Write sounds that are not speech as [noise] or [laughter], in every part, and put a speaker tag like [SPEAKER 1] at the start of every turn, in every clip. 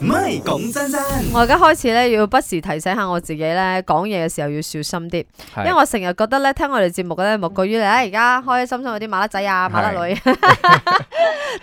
[SPEAKER 1] 唔系讲真真，
[SPEAKER 2] 我而家開始咧，要不時提醒下我自己咧，講嘢嘅時候要小心啲，因為我成日覺得咧，聽我哋節目咧，莫過於你唉而家開開心心嗰啲麻甩仔啊、麻甩女， [laughs]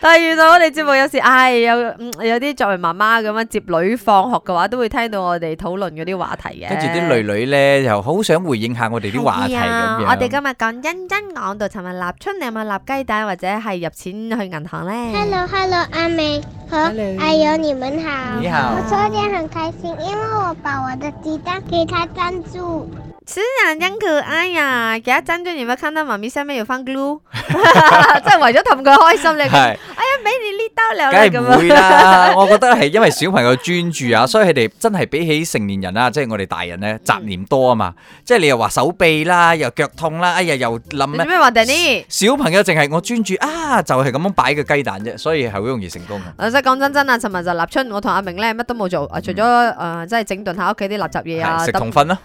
[SPEAKER 2] 但係遇到我哋節目有時，唉有嗯有啲作為媽媽咁樣接女放學嘅話，都會聽到我哋討論嗰啲話題嘅。
[SPEAKER 3] 跟住啲女女咧，又好想回應下我哋啲話題
[SPEAKER 2] 係啊
[SPEAKER 3] 咁樣。
[SPEAKER 2] 我哋今日講欣欣講到尋日立春，你有冇立雞蛋或者係入錢去銀行咧？
[SPEAKER 4] Hello Hello，阿美和
[SPEAKER 2] Hello
[SPEAKER 4] 阿友，你们好。
[SPEAKER 3] 你好
[SPEAKER 4] 我昨天很开心，因为我把我的鸡蛋给他赞助。
[SPEAKER 2] 是啊，真可愛呀！而家珍珠有冇看到媽咪下面有放 [laughs] glue？即係為咗氹佢開心，你講
[SPEAKER 3] 係
[SPEAKER 2] 哎呀，俾你呢兜兩
[SPEAKER 3] 梗
[SPEAKER 2] 啦
[SPEAKER 3] 係
[SPEAKER 2] 咁
[SPEAKER 3] 唔會
[SPEAKER 2] 樣。
[SPEAKER 3] 啦。我覺得係因為小朋友專注啊，所以佢哋真係比起成年人啊，即係我哋大人咧，雜念多啊嘛。即係你又話手臂啦，又腳痛啦，哎呀又冧
[SPEAKER 2] 你
[SPEAKER 3] 咧
[SPEAKER 2] 做。咩話 Danny？
[SPEAKER 3] 小朋友淨係我專注啊，就係咁樣擺個雞蛋啫，所以係好容易成功嘅。
[SPEAKER 2] 老實講真真啊，尋日就立春，我同阿明咧乜都冇做，啊除咗誒即係整頓下屋企啲垃圾嘢啊，
[SPEAKER 3] 係食
[SPEAKER 2] 抌
[SPEAKER 3] 同瞓啦，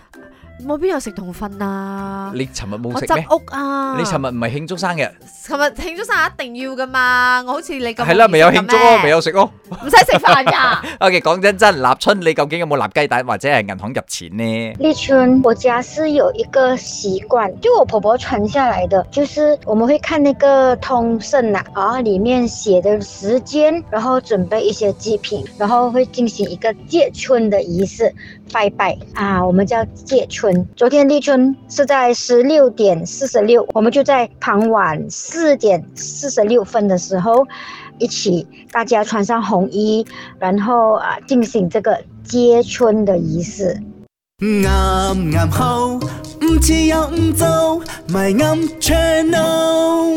[SPEAKER 2] 冇邊有食同瞓啊？
[SPEAKER 3] 你尋日冇
[SPEAKER 2] 我
[SPEAKER 3] 食咩
[SPEAKER 2] 執？屋啊！
[SPEAKER 3] 你尋日唔係慶祝生日，
[SPEAKER 2] 尋日慶祝生日一定要噶嘛？我好似你咁
[SPEAKER 3] 係啦，
[SPEAKER 2] 冇
[SPEAKER 3] 咪有
[SPEAKER 2] 儀式感
[SPEAKER 3] 慶祝咯，
[SPEAKER 2] 咩
[SPEAKER 3] 咪有食咯。
[SPEAKER 2] 唔使食飯㗎。
[SPEAKER 3] OK，講真真，立春你究竟有冇立雞蛋或者係銀行入錢呢？
[SPEAKER 5] 立春，我家是有一个习惯，就我婆婆传下来的，就是我们会看那个通胜啊，然后里面写的时间，然后准备一些祭品，然后会进行一个借春的仪式，拜拜啊，我们叫借春。昨天立春是在十六点四十六，我们就在傍晚四点四十六分的时候。一起，大家穿上红衣，然后啊，进行这个接春的仪式。
[SPEAKER 1] 啱啱好，唔似又唔做，咪啱 channel。